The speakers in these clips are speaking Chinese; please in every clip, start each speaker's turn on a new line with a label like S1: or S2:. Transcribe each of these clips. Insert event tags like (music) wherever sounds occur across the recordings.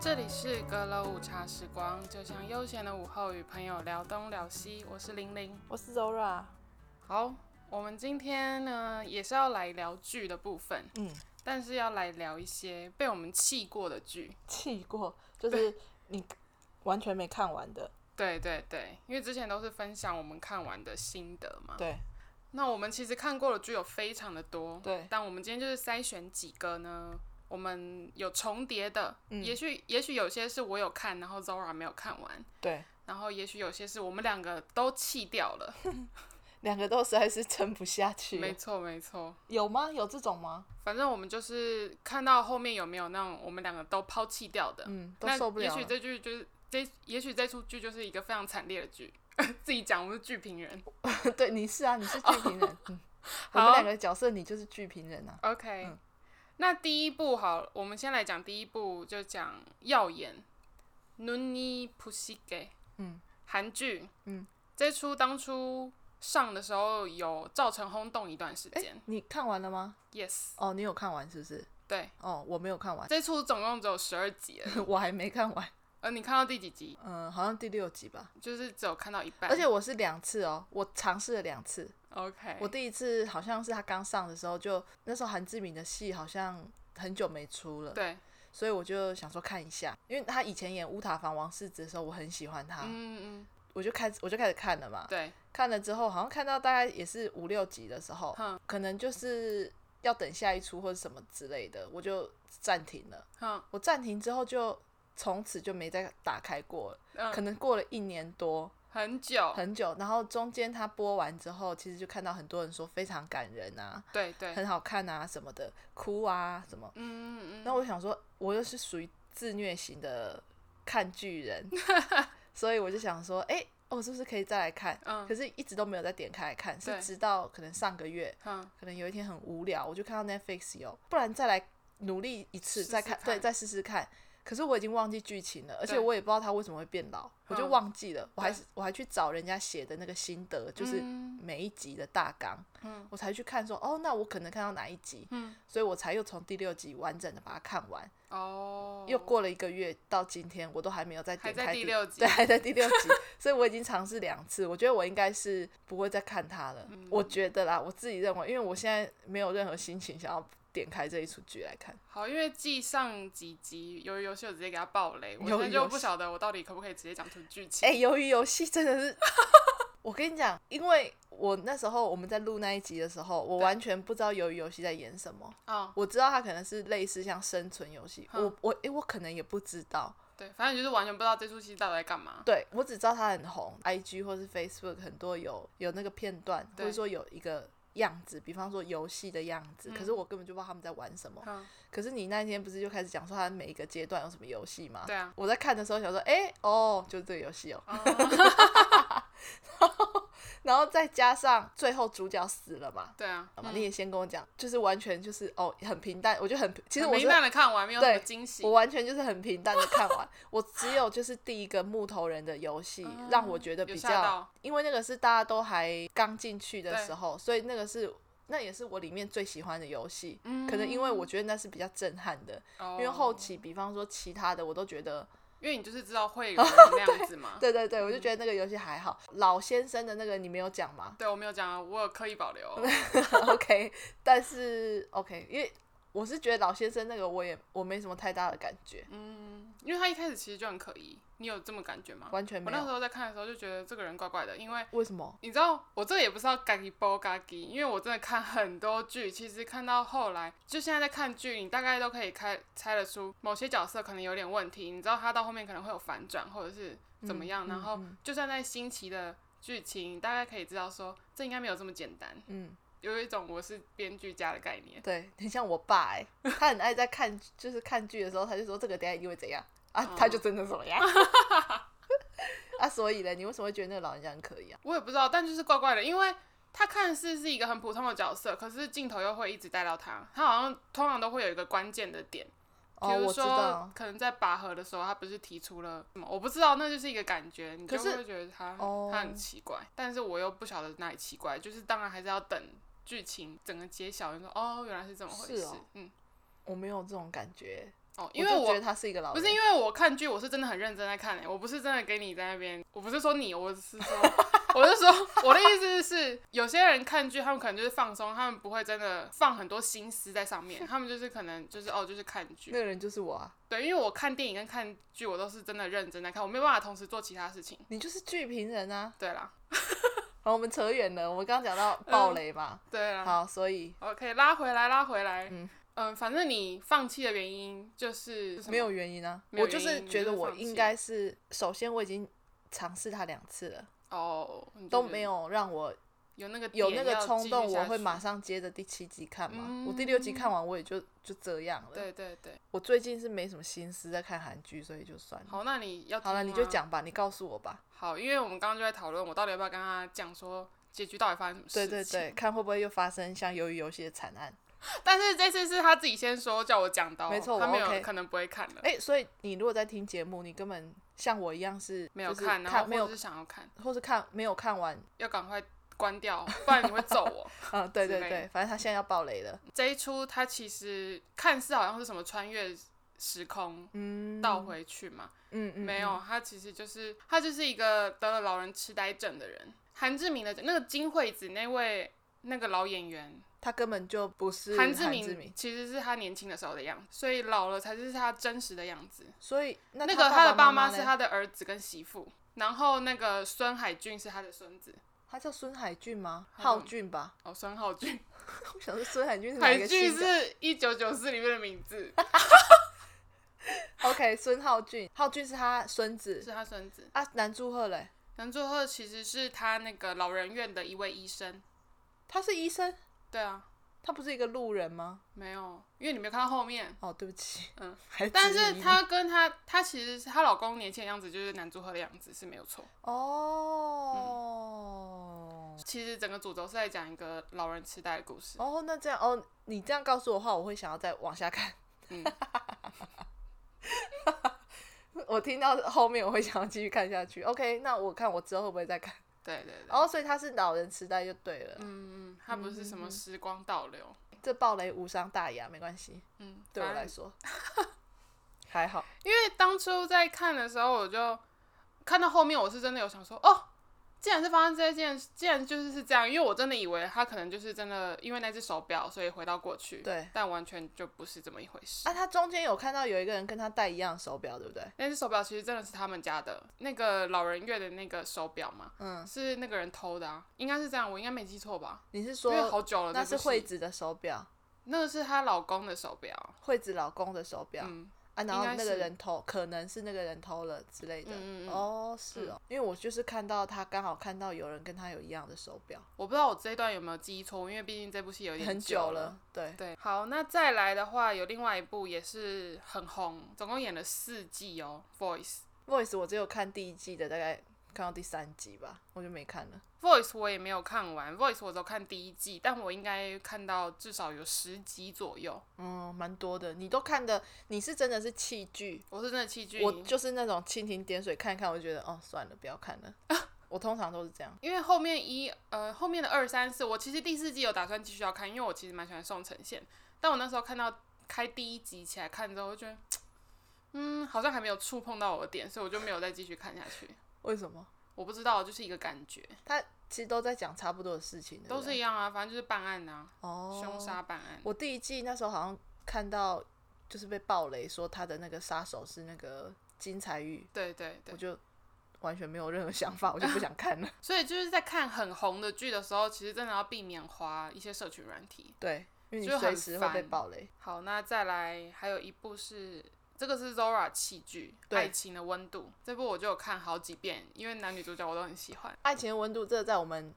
S1: 这里是阁楼午茶时光，就像悠闲的午后与朋友聊东聊西。我是玲玲。
S2: 我是 Zora。
S1: 好，我们今天呢也是要来聊剧的部分，
S2: 嗯，
S1: 但是要来聊一些被我们弃过的剧。
S2: 气过，就是你完全没看完的，
S1: 对对对，因为之前都是分享我们看完的心得嘛。
S2: 对，
S1: 那我们其实看过的剧有非常的多，
S2: 对
S1: 但我们今天就是筛选几个呢，我们有重叠的，
S2: 嗯
S1: 也许也许有些是我有看，然后 Zora 没有看完，
S2: 对，
S1: 然后也许有些是我们两个都弃掉
S2: (laughs)
S1: 了。
S2: 两个都实在是撑不下去
S1: 没
S2: 了。
S1: 错没错，
S2: 有吗？有这种吗？
S1: 反正我们就是看到后面有没有那种我们两个都抛弃掉的，
S2: 嗯，都
S1: 那
S2: 受不了
S1: 也许
S2: 了。
S1: 这剧就是这，也许这出剧就是一个非常惨烈的剧。 (laughs) 自己讲，我是剧评人。
S2: (laughs) 对，你是啊，你是剧评人。 (laughs) 嗯，我
S1: 好
S2: 们两个角色，你就是剧评人啊。
S1: OK，、
S2: 嗯
S1: 那第一部好，我们先来讲第一部，就讲《耀眼》，Nuni Pusige，
S2: 嗯，
S1: 韩剧，
S2: 嗯，
S1: 这出当初上的时候有造成轰动一段时间。
S2: 你看完了吗？
S1: yes，
S2: 哦，你有看完是不是？
S1: 对，
S2: 哦，我没有看完，。
S1: 这出总共只有十二集了
S2: 我还没看完。
S1: 呃，你看到第几集？
S2: 嗯，好像第六集吧。
S1: 就是只有看到一半。
S2: 而且我是两次哦，我尝试了两次。
S1: OK，
S2: 我第一次好像是他刚上的时候就，那时候韩志明的戏好像很久没出了，
S1: 对，
S2: 所以我就想说看一下，因为他以前演《乌塔房王世子》的时候，我很喜欢他，
S1: 嗯嗯，
S2: 我就开始我就开始看了嘛。
S1: 对，
S2: 看了之后，好像看到大概也是五六集的时候，
S1: 嗯
S2: 可能就是要等下一出或者什么之类的，我就暂停了。
S1: 嗯
S2: 我暂停之后就从此就没再打开过了，可
S1: 嗯，
S2: 能过了一年多
S1: 很久，
S2: 很久。然后中间他播完之后，其实就看到很多人说非常感人啊，
S1: 对对，
S2: 很好看啊什么的，哭啊什么。
S1: 嗯嗯
S2: 那我想说，我又是属于自虐型的看
S1: (laughs)
S2: 剧人，所以我就想说，哎、我是不是可以再来看？
S1: 嗯
S2: 可是一直都没有再点开来看，
S1: 对
S2: 是直到可能上个月，
S1: 嗯
S2: 可能有一天很无聊，我就看到 Netflix 有，不然再来努力一次，
S1: 试试
S2: 再看，
S1: 看
S2: 对，再试试看。可是我已经忘记剧情了，而且
S1: 对
S2: 我也不知道它为什么会变老，我就
S1: 嗯
S2: 忘记了。我还
S1: 对
S2: 我还去找人家写的那个心得，就是
S1: 嗯
S2: 每一集的大纲，
S1: 嗯
S2: 我才去看说，哦，那我可能看到哪一集，
S1: 嗯，
S2: 所以我才又从第六集完整的把它看完。
S1: 哦，
S2: 又过了一个月到今天，我都还没有再
S1: 还
S2: 点
S1: 在
S2: 开
S1: 第六集
S2: (laughs) 对，，还在第六集，所以我已经尝试两次，我觉得我应该是不会再看它了。
S1: 嗯
S2: (laughs) 我觉得啦，我自己认为，因为我现在没有任何心情想要点开这一出剧来看。
S1: 好，因为继上几集由于游戏我直接给他爆雷，我
S2: 鱿
S1: 现
S2: 鱼
S1: 在就
S2: 游
S1: 不
S2: 戏
S1: 晓得我到底可不可以直接讲出剧情。
S2: 哎、鱿鱼游戏真的是，我跟你讲，因为我那时候我们在录那一集的时候，我
S1: 对
S2: 完全不知道鱿鱼游戏在演什么。
S1: 哦，
S2: 我知道它可能是类似像生存游戏，
S1: 嗯
S2: 我我哎、我可能也不知道，
S1: 对，反正就是完全不知道这出戏到底在干嘛。
S2: 对，我只知道他很红，IG 或是 Facebook 很多有有那个片段，或
S1: 对
S2: 者说有一个样子，比方说游戏的样子，可是我根本就不知道他们在玩什么。
S1: 嗯，
S2: 可是你那天不是就开始讲说他每一个阶段有什么游戏吗？
S1: 对
S2: (laughs)
S1: 啊，
S2: 我在看的时候想说，哎、哦，就是这个游戏哦。然后再加上最后主角死了嘛，
S1: 对
S2: (laughs)
S1: 啊，
S2: 嘛你也先跟我讲，就是完全就是哦很平淡，我就很其实
S1: 很
S2: 我
S1: 平
S2: 是
S1: 淡的看完，没有什么
S2: 对
S1: 惊喜
S2: 我。完全就是很平淡的看完，我只有就是第一个木头人的游戏、
S1: 嗯
S2: 让我觉得比
S1: 有吓
S2: 较
S1: 到，
S2: 因为那个是大家都还刚进去的
S1: 对
S2: 时候，所以那个是那也是我里面最喜欢的游戏。
S1: 嗯
S2: 可能因为我觉得那是比较震撼的，
S1: 因
S2: 因为后，期比方说其他的我都觉得，
S1: 嗯哦因为你就是知道会
S2: (laughs)
S1: 有人那样子嘛。
S2: 对对对，我
S1: 嗯
S2: 就觉得那个游戏还好。老先生的那个你没有讲吗 (laughs)
S1: 对，我没有讲啊，我有刻意保留哦。
S2: ？OK，但是 OK，因为我是觉得老先生那个我也我没什么太大的感觉，
S1: 嗯，因为他一开始其实就很可疑，你有这么感觉吗？
S2: 完全
S1: 我
S2: 没
S1: 那时
S2: 有。
S1: 候在看的时候就觉得这个人怪怪的，因为
S2: 为什么？
S1: 你知道我这个也不是要嘎叽波嘎叽，因为我真的看很多剧，其实看到后来，就现在在看剧，你大概都可以开猜得出某些角色可能有点问题，你知道他到后面可能会有反转或者是怎么样，
S2: 嗯
S1: 然后
S2: 嗯嗯
S1: 就算在新奇的剧情，你大概可以知道说这应该没有这么简单，
S2: 嗯。
S1: 有一种我是编剧家的概念。
S2: 对，很像我爸哎、他很爱在看就是看剧的时候，他就说这个等一下一定会怎样啊，
S1: 哦
S2: 他就真的怎么
S1: (laughs)
S2: 样。啊，所以呢，你为什么会觉得那个老人家很可以啊？
S1: 我也不知道，但就是怪怪的，因为他看似是一个很普通的角色，可是镜头又会一直带到他，他好像通常都会有一个关键的点，比
S2: 哦，
S1: 如
S2: 我知
S1: 说
S2: 道，。
S1: 可能在拔河的时候，他不是提出了什么？我不知道，那就是一个感觉，你就
S2: 可是
S1: 会觉得他
S2: 哦
S1: 他很奇怪，但是我又不晓得哪里奇怪，就是当然还是要等剧情整个揭晓，你说哦，原来是这么回
S2: 是
S1: 事，
S2: 哦
S1: 嗯，
S2: 我没有这种感觉，
S1: 哦，
S2: 我
S1: 因为
S2: 就觉
S1: 我
S2: 得他是一个老
S1: 不
S2: 人，
S1: 是因为我看剧，我是真的很认真在看、欸，我不是真的给你在那边，我不是说你，我是说， (laughs) 我是说我的意思是，有些人看剧，他们可能就是放松，他们不会真的放很多心思在上
S2: (laughs)
S1: 面，他们就是可能就是哦，就是看
S2: 那
S1: 剧。
S2: 个人就是我啊，
S1: 对，因为我看电影跟看剧，我都是真的认真在看，我没有办法同时做其他事情。
S2: 你就是剧评人啊。
S1: 对啦，
S2: 好，我们扯远了，我们刚刚讲
S1: 嗯
S2: 到暴雷嘛，
S1: 对啦，
S2: 好，所以
S1: OK，拉回来，拉回来。
S2: 嗯
S1: 嗯反正你放弃的原因就是
S2: 没有
S1: 什么
S2: 原因啊，
S1: 没有
S2: 我就
S1: 原
S2: 是
S1: 因
S2: 觉得
S1: 你就是
S2: 我
S1: 放弃
S2: 应该是，首先我已经尝试他两次了，
S1: 哦，你就
S2: 都
S1: 是
S2: 没有让我
S1: 有那个
S2: 有那
S1: 点
S2: 个
S1: 要
S2: 冲
S1: 继续
S2: 动，我
S1: 下
S2: 会
S1: 去嗯
S2: 马上接着第七集看嘛。我第六集看完，我也就就这样了。
S1: 对对对，
S2: 我最近是没什么心思在看韩剧，所以就算了。
S1: 好，那你要
S2: 好了，
S1: 听
S2: 你就
S1: 吗。
S2: 讲吧，你告诉我吧。
S1: 好，因为我们刚刚就在讨论，我到底要不要跟他讲说结局到底发生什么
S2: 对
S1: 事情？
S2: 对对，。看会不会又发生像《鱿鱼游戏》的惨案？
S1: 但是这次是他自己先说叫我讲的、哦，
S2: 没错
S1: 他
S2: 我
S1: 没有
S2: OK
S1: 可能不会看了，
S2: 哎、所以你如果在听节目，你根本像我一样是
S1: 没有
S2: 就是
S1: 看，然后
S2: 看没
S1: 或者是
S2: 有，
S1: 想要看，
S2: 或是看没有
S1: (laughs)
S2: 看完。
S1: 要赶快关掉，哦不然你会揍
S2: (laughs)
S1: 我。
S2: 啊，对
S1: 之
S2: 对
S1: 类
S2: 对，反正他现在要爆雷了。
S1: 这一出它其实看似好像是什么穿越时空
S2: 嗯，
S1: 倒回去嘛，
S2: 嗯嗯，
S1: 没有，他其实就是他就是一个得了老人痴呆症的人。韩志明的那个金惠子那位那个老演员，
S2: 他根本就不是
S1: 韩
S2: 嗯志
S1: 志明其实是他年轻的时候的样子，所以老了才是他真实的样子。
S2: 所以那
S1: 那
S2: 哦他
S1: 个
S2: 爸
S1: 的爸
S2: 妈
S1: 是
S2: 呢，
S1: 他的儿子跟媳妇，然后那个孙海俊是他的孙子。
S2: 他叫孙海俊吗？
S1: 他
S2: 浩
S1: 叫
S2: 俊吧？
S1: 哦，孙浩俊，
S2: 我想说孙海俊 (laughs) 是哪
S1: 海
S2: 个
S1: 俊
S2: 姓的
S1: 是一九九四里面的名字，
S2: ？OK，孙浩俊，浩俊是他孙子
S1: 是他孙子。
S2: 啊，男祝贺嘞，
S1: 南柱赫其实是他那个老人院的一位医生。
S2: 他是医生，
S1: 对啊，
S2: 他不是一个路人吗？
S1: 没有，因为你没有看到后面。
S2: 哦，对不起，
S1: 嗯，
S2: 还
S1: 但
S2: 质
S1: 是
S2: 疑
S1: 她跟她，她其实是她老公年轻的样子，就是男主和的样子是没有错。
S2: 哦、
S1: 其实整个主轴是在讲一个老人痴呆的故事。
S2: 哦，那这样哦，你这样告诉我的话，我会想要再往下看。 (laughs)
S1: 嗯，
S2: 我听到后面我会想要继续看下去。OK，那我看我之后会不会再看？
S1: 对对对。
S2: 哦，所以他是老人痴呆就对了。
S1: 嗯嗯，它不是什么时光倒流。
S2: 这暴雷无伤大雅，没关系，
S1: 嗯，
S2: 对我
S1: 反
S2: 来
S1: 正
S2: 说 (laughs) 还好。
S1: 因为当初在看的时候，我就看到后面，我是真的有想说，哦，既然是发生这件，既然就是是这样，因为我真的以为他可能就是真的因为那只手表，所以回到过去。
S2: 对
S1: 但完全就不是这么一回事。
S2: 啊，他中间有看到有一个人跟他戴一样的手表，对不对？
S1: 那只手表其实真的是他们家的那个老人院的那个手表嘛，
S2: 嗯，
S1: 是那个人偷的啊，应该是这样，我应该没记错吧？
S2: 你是
S1: 因为
S2: 说
S1: 好久了，
S2: 那
S1: 这部
S2: 是
S1: 戏
S2: 惠，子的手表，
S1: 那个是她老公的手表，
S2: 惠子老公的手表、
S1: 嗯，
S2: 啊？然
S1: 应
S2: 后
S1: 该
S2: 那个
S1: 是
S2: 人偷，可能是那个人偷了之类的。
S1: 嗯嗯嗯
S2: 哦，是哦，因为我就是看到他刚好看到有人跟他有一样的手表，
S1: 我不知道我这一段有没有记忆错误，因为毕竟这部戏有点
S2: 很
S1: 久
S2: 久了。对，
S1: 对，好，那再来的话，有另外一部也是很红，总共演了四季哦，《Voice》。
S2: Voice 我只有看第一季的，大概看到第三集吧，我就没看了。
S1: Voice 我也没有看完，Voice 我只有看第一季，但我应该看到至少有十集左右。
S2: 嗯，蛮多的。你都看的，你是真的是弃剧，
S1: 我是真的弃剧，
S2: 我就是那种蜻蜓点水看一看，我就觉得哦算了，不
S1: (laughs)
S2: 要看了。我通常都是这样。
S1: 因为后面一呃后面的二三四，我其实第四季有打算继续要看，因为我其实蛮喜欢宋承宪，但我那时候看到开第一集起来看之后，我就觉得，嗯，好像还没有触碰到我的点，所以我就没有再继续看下去。
S2: 为什么？
S1: 我不知道，就是一个感觉，
S2: 他其实都在讲差不多的事情，对不
S1: 都是
S2: 对
S1: 一样啊，反正就是办案啊，
S2: 哦
S1: 凶。杀办案。
S2: 我第一季那时候好像看到就是被暴雷说他的那个杀手是那个金财玉，
S1: 对对对
S2: 我，就完全没有任何想法，我就不想看
S1: (laughs)
S2: 了。
S1: 所以就是在看很红的剧的时候，其实真的要避免滑一些社群软体。
S2: 对，因为你
S1: 就
S2: 随
S1: 很
S2: 时会被
S1: 烦
S2: 暴雷。
S1: 好，那再来还有一部是这个是 Zora 弃剧《
S2: 对
S1: 爱情的温度》，这部我就有看好几遍，因为男女主角我都很喜欢。
S2: 爱情的温度，这在我们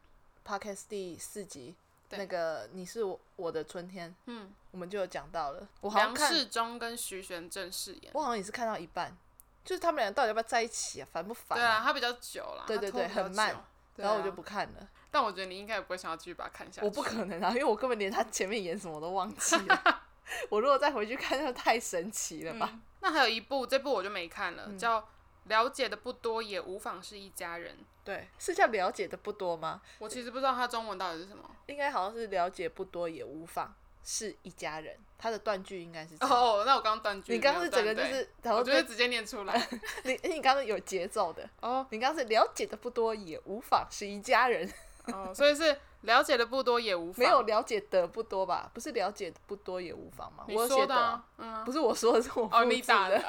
S2: podcast 第四集
S1: 对
S2: 那个你是我我的春天，
S1: 嗯，
S2: 我们就有讲到了。我好像
S1: 梁
S2: 看，
S1: 世忠跟徐玄正饰演
S2: 我。好像也是看到一半，就是他们俩到底要不要在一起啊？烦不烦、
S1: 对啊，，他比较久了，
S2: 对
S1: 他
S2: 对
S1: 拖
S2: 对
S1: 比较
S2: 很慢
S1: 久。对
S2: 然后我就
S1: 啊
S2: 不，看了。
S1: 但我觉得你应该也不会想要继续把它看下去。
S2: 我不可能啊，因为我根本连他前面演什么都忘记
S1: (laughs)
S2: 了。我如果再回去看，那太神奇
S1: 嗯
S2: 了吧？
S1: 那还有一部，这部我就没看
S2: 嗯
S1: 了，叫《了解的不多也无妨是一家人
S2: 对，是叫了解的不多吗？》。 (laughs)
S1: 我其实不知道它中文到底是什么。
S2: 应该好像是了解不多也无妨，是一家人，他的断句应该是这样。
S1: 哦，那我刚刚断句，
S2: 你刚刚
S1: 没
S2: 是
S1: 有
S2: 整个
S1: 断
S2: 就
S1: 对
S2: 是，然
S1: 我
S2: 后
S1: 觉得直接念出
S2: (laughs)
S1: 来。
S2: 你你刚刚有节奏的，
S1: 哦
S2: 你刚刚是了解的不多也无妨，是一家
S1: (laughs)
S2: 人，
S1: 哦，所以是了解的不多也无妨。
S2: 没有，了解的不多吧？不是了解的不多也无妨吗？
S1: 你
S2: 我有
S1: 说
S2: 写
S1: 的
S2: 的
S1: 啊
S2: 啊，，
S1: 嗯啊，
S2: 不是我说的，是我
S1: 哦，
S2: 复
S1: 你
S2: 制
S1: 打的
S2: (laughs) 的，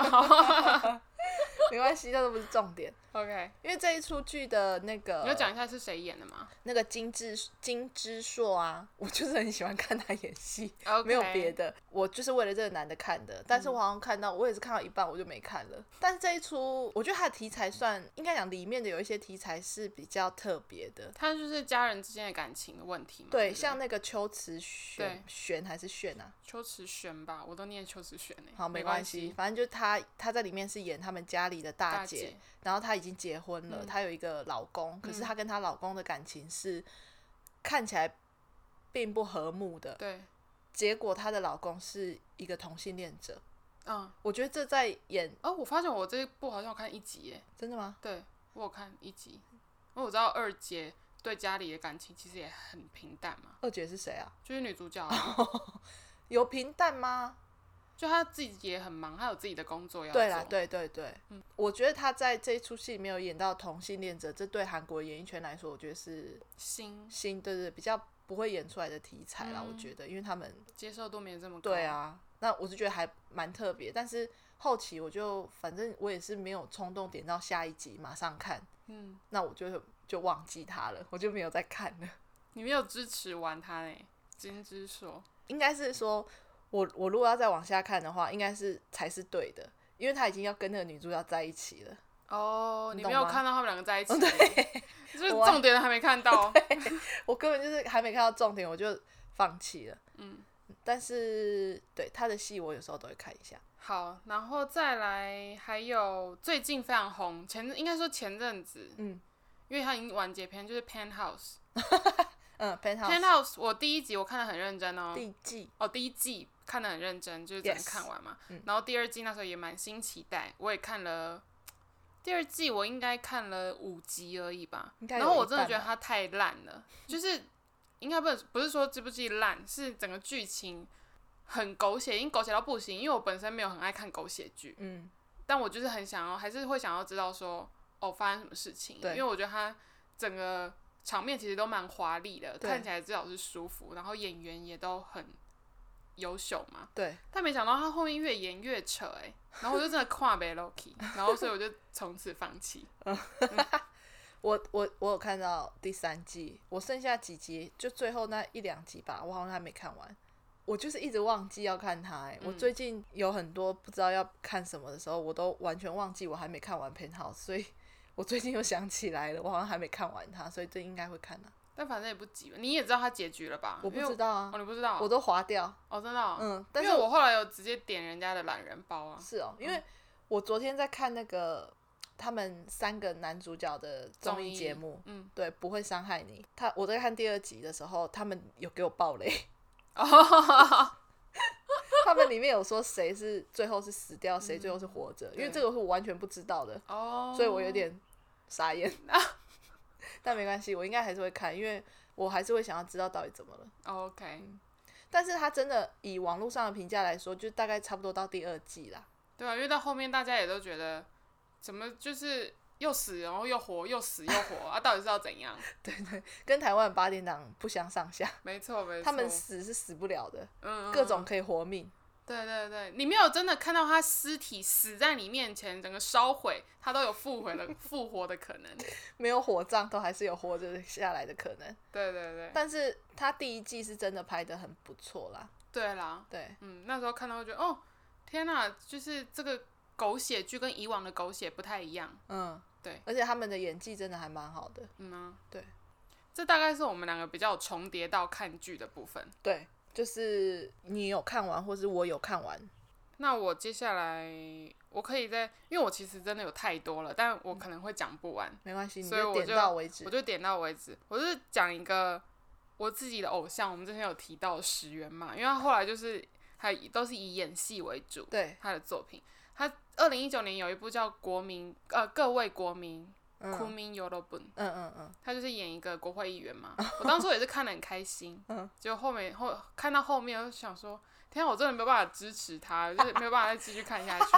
S2: 没关系，那都不是重点。
S1: ，OK。
S2: 因为这一出剧的那个
S1: 你要讲一下是谁演的吗
S2: 那个金智金智硕啊，我就是很喜欢看他演戏，
S1: ？OK，嗯
S2: 没有别的，我就是为了这个男的看的。但是我好像看到，我也是看到一半我就没看了。但是这一出，我觉得他的题材算应该讲里面的有一些题材是比较特别的。
S1: 他就是家人之间的感情的问题嘛。
S2: 对，
S1: 不
S2: 像那个秋瓷炫
S1: 对
S2: 炫还是炫啊，
S1: 秋池轩吧，我都念秋池轩呢。
S2: 好没
S1: 欸关
S2: 关系，，反正就他他在里面是演他们家里的
S1: 大
S2: 姐，，然后她已经结婚了，
S1: 嗯
S2: 她有一个老公，可是她跟她老公的感情是看起来并不和睦的。
S1: 对，
S2: 结果她的老公是一个同性恋者，
S1: 嗯，
S2: 我觉得这在演
S1: 哦，我发现我这一部好像有看一集耶，
S2: 真的吗？
S1: 对我有看一集，因为我知道二姐对家里的感情其实也很平淡嘛，
S2: 二姐是谁啊？
S1: 就是女主角
S2: (laughs)
S1: 啊
S2: 有平淡吗？
S1: 就她自己也很忙，她有自己的工作要做。嗯
S2: 对啦，对对对，我觉得她在这一出戏里面有演到同性恋者，这对韩国演艺圈来说，我觉得是
S1: 心
S2: 新，对对，比较不会演出来的题材
S1: 嗯
S2: 啦。我觉得，因为他们
S1: 接受度没这么高。
S2: 对，啊，那我是觉得还蛮特别，但是后期我就反正我也是没有冲动点到下一集马上看，
S1: 嗯，
S2: 那我就就忘记它了，我就没有再看了。
S1: 你没有支持完她呢，金之所。
S2: 应该是说我我如果要再往下看的话，应该是才是对的，因为他已经要跟那个女主角在一起了，
S1: 哦，
S2: 你
S1: 你
S2: 懂
S1: 没有
S2: 吗哦
S1: 看到他们两个在一起，对，就是
S2: 我
S1: 重点都还没看
S2: (laughs)
S1: 到。
S2: 我根本就是还没看到重点我就放弃了。嗯，但是对他的戏我有时候都会看一下。
S1: 好，然后再来还有最近非常红，前应该说前阵子，
S2: 嗯，
S1: 因为它已经完结篇，就是 Penthouse。
S2: 嗯 p e n t h o u s
S1: Penthouse 我第一集我看的很认真哦，
S2: 第一季
S1: 哦第一季看的很认真，就是整个
S2: Yes
S1: 看完嘛。
S2: 嗯
S1: 然后第二季那时候也满心期待，我也看了。第二季我应该看了五集而已吧，
S2: 应该有
S1: 然后我
S2: 一
S1: 真的
S2: 半
S1: 觉得
S2: 吧
S1: 它太烂了，就是应该不能不是说这部剧烂，是整个剧情很狗血，已经狗血到不行。因为我本身没有很爱看狗血剧，
S2: 嗯，
S1: 但我就是很想要，还是会想要知道说，哦，发生什么事情？
S2: 对
S1: 因为我觉得它整个场面其实都蛮华丽的，
S2: 对
S1: 看起来至少是舒服，然后演员也都很优秀嘛。
S2: 对，
S1: 但没想到他后面越演越扯哎、然后我就真的跨北 Loki，然后所以我就从此放弃。
S2: 我我我有看到第三季，我剩下几集，就最后那一两集吧，我好像还没看完。我就是一直忘记要看它、欸，
S1: 嗯
S2: 我最近有很多不知道要看什么的时候，我都完全忘记我还没看完《penthouse》，所以 (laughs) 我最近又想起来了，我好像还没看完它，所以这应该会看啊。
S1: 但反正也不急，你也知道他结局了吧？
S2: 我不
S1: 因为
S2: 知道
S1: 哦，
S2: 啊，
S1: 你不知道，
S2: 我都划掉。
S1: 哦，真的哦、
S2: 嗯，但是
S1: 因为我后来有直接点人家的懒人包啊，
S2: 是哦，因为我昨天在看那个他们三个男主角的综艺节目，
S1: 嗯，
S2: 对，不会伤害你。他我在看第二集的时候，他们有给我爆雷。 (laughs) 他们里面有说谁是最后是死掉，谁最后是活着，因为
S1: 嗯对
S2: 这个是我完全不知道的，
S1: 哦，
S2: 所以我有点傻
S1: (laughs)
S2: 眼。但没关系，我应该还是会看，因为我还是会想要知道到底怎么了。
S1: 哦 OK，
S2: 但是他真的以网络上的评价来说，就大概差不多到第二季啦。
S1: 对啊，因为到后面大家也都觉得，怎么就是又死然后又活，又死又活啊，到底是要怎样？
S2: 跟台湾的八点档不相上下，
S1: 没错没错，
S2: 他们死是死不了的，
S1: 嗯嗯
S2: 各种可以活命。
S1: 对对对，你没有真的看到他尸体死在你面前，整个烧毁，他都有复活的复活的可能。
S2: 没有火葬都还是有活着下来的可能，
S1: 对对对，
S2: 但是他第一季是真的拍的很不错啦，
S1: 对啦，
S2: 对，
S1: 嗯，那时候看到会觉得，哦，天哪、就是这个狗血剧跟以往的狗血不太一样。
S2: 嗯，
S1: 对，
S2: 而且他们的演技真的还蛮好的，
S1: 嗯啊，
S2: 对，
S1: 这大概是我们两个比较有重叠到看剧的部分。
S2: 对，就是你有看完，或是我有看完，
S1: 那我接下来我可以在，因为我其实真的有太多了，但我可能会讲不完，
S2: 没关系，你
S1: 所以我
S2: 点
S1: 就
S2: 到为止
S1: 我，就点到为止。我就是讲一个我自己的偶像，我们之前有提到石原嘛，因为他后来就是还都是以演戏为主，
S2: 对，
S1: 他的作品。他二零一九年有一部叫《国民》，呃，各位国民，库明尤罗本，
S2: 嗯嗯嗯，
S1: 他就是演一个国会议员嘛。我当初也是看得很开心，就后面后看到后面，我就想说，天、啊，我真的没有办法支持他，就是没有办法再继续看下去。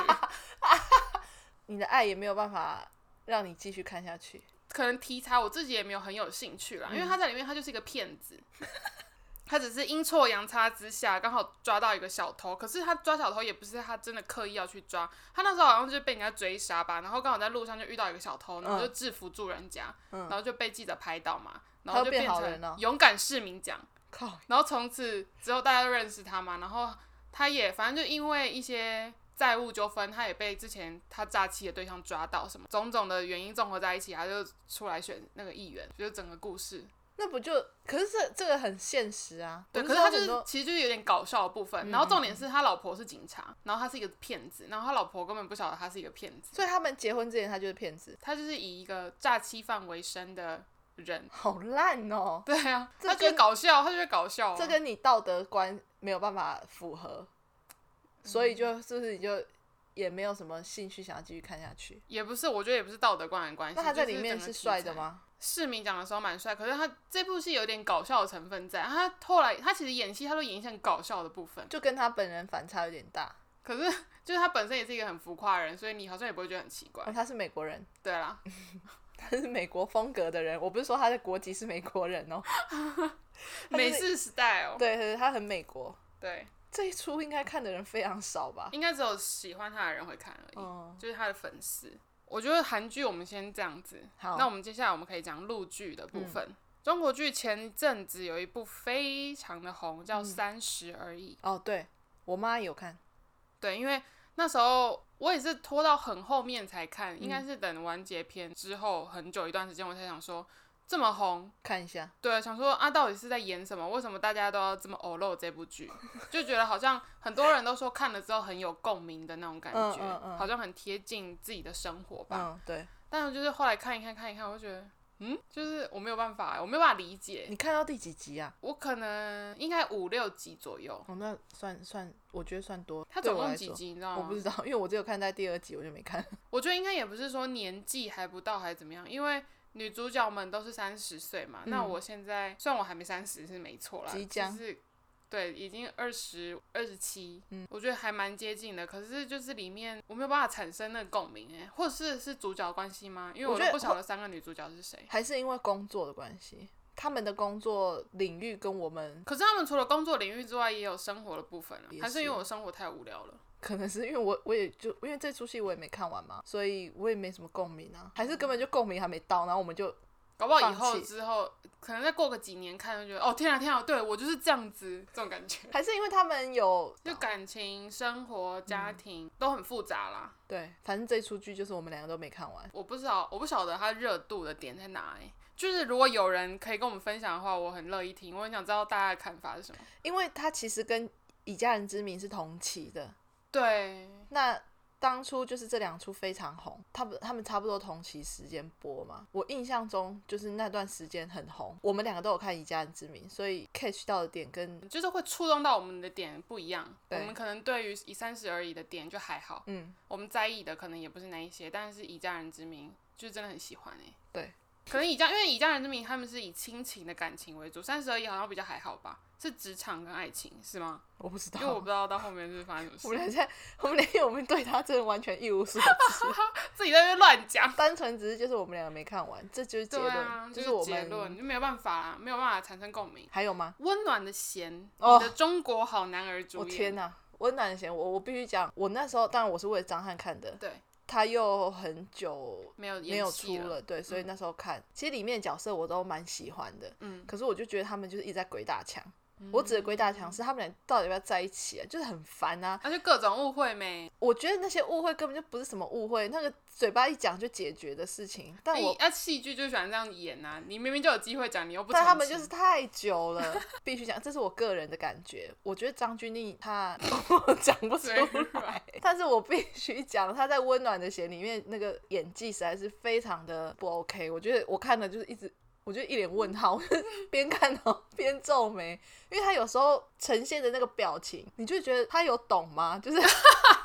S2: 你的爱也没有办法让你继续看下去。
S1: 可能题材我自己也没有很有兴趣
S2: 嗯
S1: 啦，因为他在里面他就是一个骗子， (laughs) 他只是阴错阳差之下刚好抓到一个小偷，可是他抓小偷也不是他真的刻意要去抓，他那时候好像就是被人家追杀吧，然后刚好在路上就遇到一个小偷，然后就
S2: 嗯
S1: 制服住人家，然后就被记者拍到嘛，然后就变
S2: 他变好人哦
S1: 成勇敢市民奖，
S2: 靠，
S1: 然后从此之后大家都认识他嘛，然后他也反正就因为一些债务纠纷，他也被之前他诈欺的对象抓到，什么种种的原因综合在一起，他就出来选那个议员，就是整个故事。
S2: 那不就？可是这这个很现实啊。
S1: 对，
S2: 我
S1: 可是
S2: 知
S1: 他
S2: 道
S1: 就
S2: 很
S1: 是
S2: 多嗯
S1: 其实就是有点搞笑的部分，然后重点是他老婆是警察，然后他是一个骗子，然后他老婆根本不晓得他是一个骗子，
S2: 所以他们结婚之前他就是骗子，
S1: 他就是以一个诈欺犯为生的人。
S2: 好烂哦、
S1: 对啊，
S2: 这
S1: 他觉得
S2: 跟
S1: 搞笑，他觉得搞笑啊、
S2: 这跟你道德观没有办法符合，所以
S1: 嗯
S2: 就是不是你就也没有什么兴趣想要继续看下去？
S1: 也不是，我觉得也不是道德观的关系。
S2: 那他在
S1: 就
S2: 里面
S1: 整个
S2: 是
S1: 题
S2: 帅的
S1: 材？
S2: 吗？
S1: 市民讲的时候蛮帅，可是他这部戏有点搞笑的成分在。他后来他其实演戏，他都演一些很搞笑的部分。
S2: 就跟他本人反差有点大。
S1: 可是 (laughs) 就是他本身也是一个很浮夸的人，所以你好像也不会觉得很奇怪
S2: 哦、。他是美国人， (laughs)
S1: 对啦，
S2: 他是美国风格的人。我不是说他的国籍是美国人哦、就是
S1: 美式 style
S2: 对，对，他很美国。
S1: 对，
S2: 这一出应该看的人非常少吧？
S1: 应该只有喜欢他的人会看而已，
S2: 嗯，
S1: 就是他的粉丝。我觉得韩剧我们先这样子，
S2: 好嗯
S1: 那我们接下来我们可以讲陆剧的部分。中国剧前阵子有一部非常的红，
S2: 嗯
S1: 叫《三十而已》。
S2: 哦，对我妈有看，
S1: 对，因为那时候我也是拖到很后面才看，应
S2: 嗯
S1: 该是等完结篇之后很久一段时间，我才想说这么红，
S2: 看一下。
S1: 对，想说啊，到底是在演什么？为什么大家都要这么偶漏这部剧？就觉得好像很多人都说看了之后很有共鸣的那种感
S2: 嗯
S1: 觉，
S2: 嗯嗯
S1: 好像很贴近自己的生活吧。
S2: 嗯，对，
S1: 但是就是后来看一看看一看，我就觉得。嗯，就是我没有办法，我没有办法理解。
S2: 你看到第几集啊？
S1: 我可能应该五六集左右，
S2: 哦，那算算，我觉得算多。
S1: 它
S2: 对
S1: 总
S2: 我
S1: 共
S2: 来
S1: 几
S2: 说？
S1: 集，你知道吗？
S2: 我不知道，因为我只有看在第二集，我就没看。
S1: 我觉得应该也不是说年纪还不到还是怎么样，因为女主角们都是三十岁嘛。那我现在虽然我还没三十是没错啦，
S2: 嗯即将
S1: 就是对，已经二十二十七，
S2: 嗯
S1: 我觉得还蛮接近的。可是就是里面我没有办法产生那个共鸣哎，或者是是主角关系吗？因为
S2: 我
S1: 我
S2: 觉
S1: 都
S2: 得
S1: 不晓得三个女主角是谁。
S2: 还是因为工作的关系，他们的工作领域跟我们
S1: 可是他们除了工作领域之外，也有生活的部分啊
S2: 也。是
S1: 还是因为我生活太无聊了？
S2: 可能是因为我我也就因为这出戏我也没看完嘛，所以我也没什么共鸣啊，还是根本就共鸣还没到，然后我们就
S1: 搞不好以
S2: 放
S1: 后
S2: 弃
S1: 之后，可能再过个几年看，就觉得哦天啊天啊，对我就是这样子，这种感觉。
S2: 还是因为他们有
S1: 就感情、生活、家庭、都很复杂啦。
S2: 对，反正这出剧就是我们两个都没看完。
S1: 我不知道，我不晓得它热度的点在哪哎、就是如果有人可以跟我们分享的话，我很乐意听，我很想知道大家的看法是什么。
S2: 因为它其实跟《以家人之名》是同期的。
S1: 对，
S2: 那当初就是这两出非常红，他们他们差不多同期时间播嘛。我印象中就是那段时间很红，我们两个都有看《以家人之名》，所以 catch 到的点跟
S1: 就是会触动到我们的点不一样。我
S2: 对
S1: 们可能对于以三十而已的点就还好，
S2: 嗯
S1: 我们在意的可能也不是那一些，但是以家人之名就是真的很喜欢哎、
S2: 对，
S1: 可能以家，因为以家人之名，他们是以亲情的感情为主，三十而已好像比较还好吧，是职场跟爱情是吗？
S2: 我不知道
S1: 因为，我不知道到后面是发生什么事。
S2: 我们俩在我们俩我们对他真的完全一无所知，
S1: (laughs) 自己在那边乱讲。
S2: 单纯只是就是我们两个没看完，这就是结
S1: 对
S2: 论，
S1: 啊，
S2: 就是我
S1: 结论
S2: 们
S1: 就没有办法啦，没有办法产生共鸣。
S2: 还有吗？
S1: 温暖的弦，
S2: 哦
S1: 你的中国好男儿主
S2: 我
S1: 演，
S2: 天哪！温暖贤，我我必须讲，我那时候当然我是为了张翰看的，
S1: 对，
S2: 他又很久
S1: 没有
S2: 没
S1: 演
S2: 有
S1: 戏
S2: 出了，对，所以那时候看，其实里面的角色我都蛮喜欢的，
S1: 嗯，
S2: 可是我就觉得他们就是一直在鬼打墙。我指的鬼打墙是他们俩到底要不要在一起啊，就是很烦啊。
S1: 那就各种误会没。
S2: 我觉得那些误会根本就不是什么误会，那个嘴巴一讲就解决的事情，但我
S1: 哎那戏剧就喜欢这样演啊，你明明就有机会讲，你又不澄
S2: 但
S1: 清。
S2: 他们就是太久了，必须讲，这是我个人的感觉。我觉得张钧甯他 (laughs) 我讲不出
S1: 嘴
S2: 来，但是我必须讲，他在《温暖的弦》里面那个演技实在是非常的不 (laughs) OK。我觉得我看了就是一直，我就一脸问号，边看然后边皱眉，因为他有时候呈现的那个表情，你就觉得他有懂吗？就是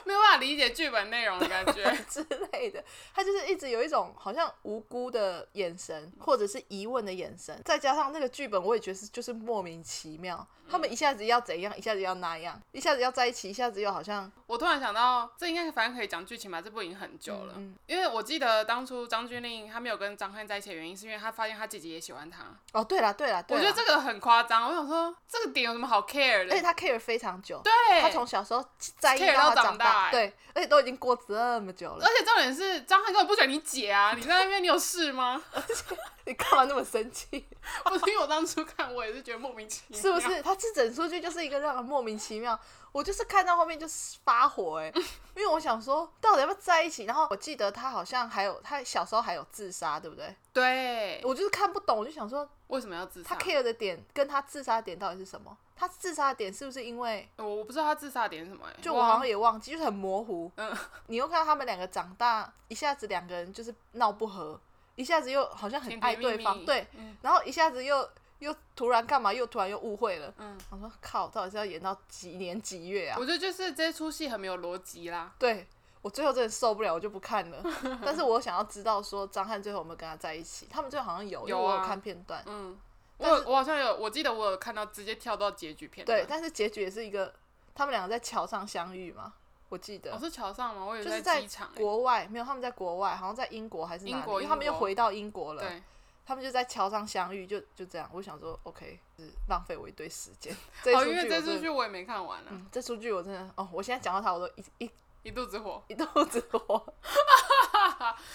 S1: 没有办法理解剧本内容的感觉。
S2: (laughs) 之类的，他就是一直有一种好像无辜的眼神，或者是疑问的眼神，再加上那个剧本，我也觉得是就是莫名其妙，
S1: 嗯
S2: 他们一下子要怎样，一下子要那样，一下子要在一起，一下子又好像
S1: 我突然想到，这应该反正可以讲剧情吧，这部已经很久了。
S2: 嗯
S1: 因为我记得当初张钧甯他没有跟张翰在一起的原因，是因为他发现他姐姐也喜欢他。
S2: 哦，对啦对啦，
S1: 我
S2: 对
S1: 觉
S2: 啦
S1: 得这个很夸张，我想说这个点有什么好 care
S2: 而且
S1: 的？
S2: 他 care 非常久，
S1: 对，
S2: 他从小时候在意
S1: care 到
S2: 到他
S1: 长
S2: 长
S1: 大
S2: 大，
S1: 欸
S2: 对，而且都已经过这么久
S1: (laughs)
S2: 了
S1: 而，且重点是张翰根本不喜欢你姐啊！你在那边你有事吗？ (laughs)
S2: 你干嘛那么生气？
S1: 不是因为我当初看我也是觉得莫名其妙，
S2: 是不？是？他这整出剧就是一个让人莫名其妙。我就是看到后面就是发火哎、
S1: (laughs)
S2: 因为我想说到底要不要在一起。然后我记得他好像还有他小时候还有自杀，对不对？
S1: 对，啊
S2: 我就是看不懂，我就想说
S1: 为什么要自
S2: 他
S1: 杀？
S2: care 的点跟他自杀的点到底是什么？他自杀的点是不是因为
S1: 我我不知道他自杀的点是什么、欸，
S2: 就
S1: 哇
S2: 我好像也忘记，就是很模糊。
S1: 嗯，
S2: 你又看到他们两个长大，一下子两个人就是闹不和，一下子又好像很
S1: 甜甜
S2: 爱对
S1: 蜜
S2: 方，
S1: 蜜
S2: 对，
S1: 嗯
S2: 然后一下子又又突然干嘛，又突然又误会了。
S1: 嗯，
S2: 我说靠，到底是要演到几年几月啊
S1: 我？觉得就是这出戏很没有逻辑啦。
S2: 对我最后真的受不了，我就不看
S1: (laughs)
S2: 了。但是我想要知道说张翰最后有没有跟他在一起，他们最后好像有，因
S1: 有
S2: 为我有
S1: 啊
S2: 看片段。
S1: 嗯，我
S2: 但是
S1: 有我好像有，我记得我有看到直接跳到结局片段。
S2: 对，但是结局也是一个他们两个在桥上相遇嘛，我记得
S1: 我、。是桥上吗？我以
S2: 就
S1: 为
S2: 是在
S1: 机场、欸。
S2: 国外没有，他们在国外，好像在英国还是哪里，
S1: 英国
S2: 因为他们
S1: 英
S2: 又
S1: 国
S2: 回到英国了。
S1: 对，
S2: 他们就在桥上相遇，就就这样。我想说，OK，是浪费我一堆时间。 (laughs) 这一出
S1: 哦，
S2: 剧
S1: 因为
S2: 我
S1: 这
S2: 真的
S1: 出剧我也没看完啊，
S2: 嗯，这出剧我真的，哦，我现在讲到它，我都一一
S1: 一肚子火。
S2: 一肚子火。 (laughs)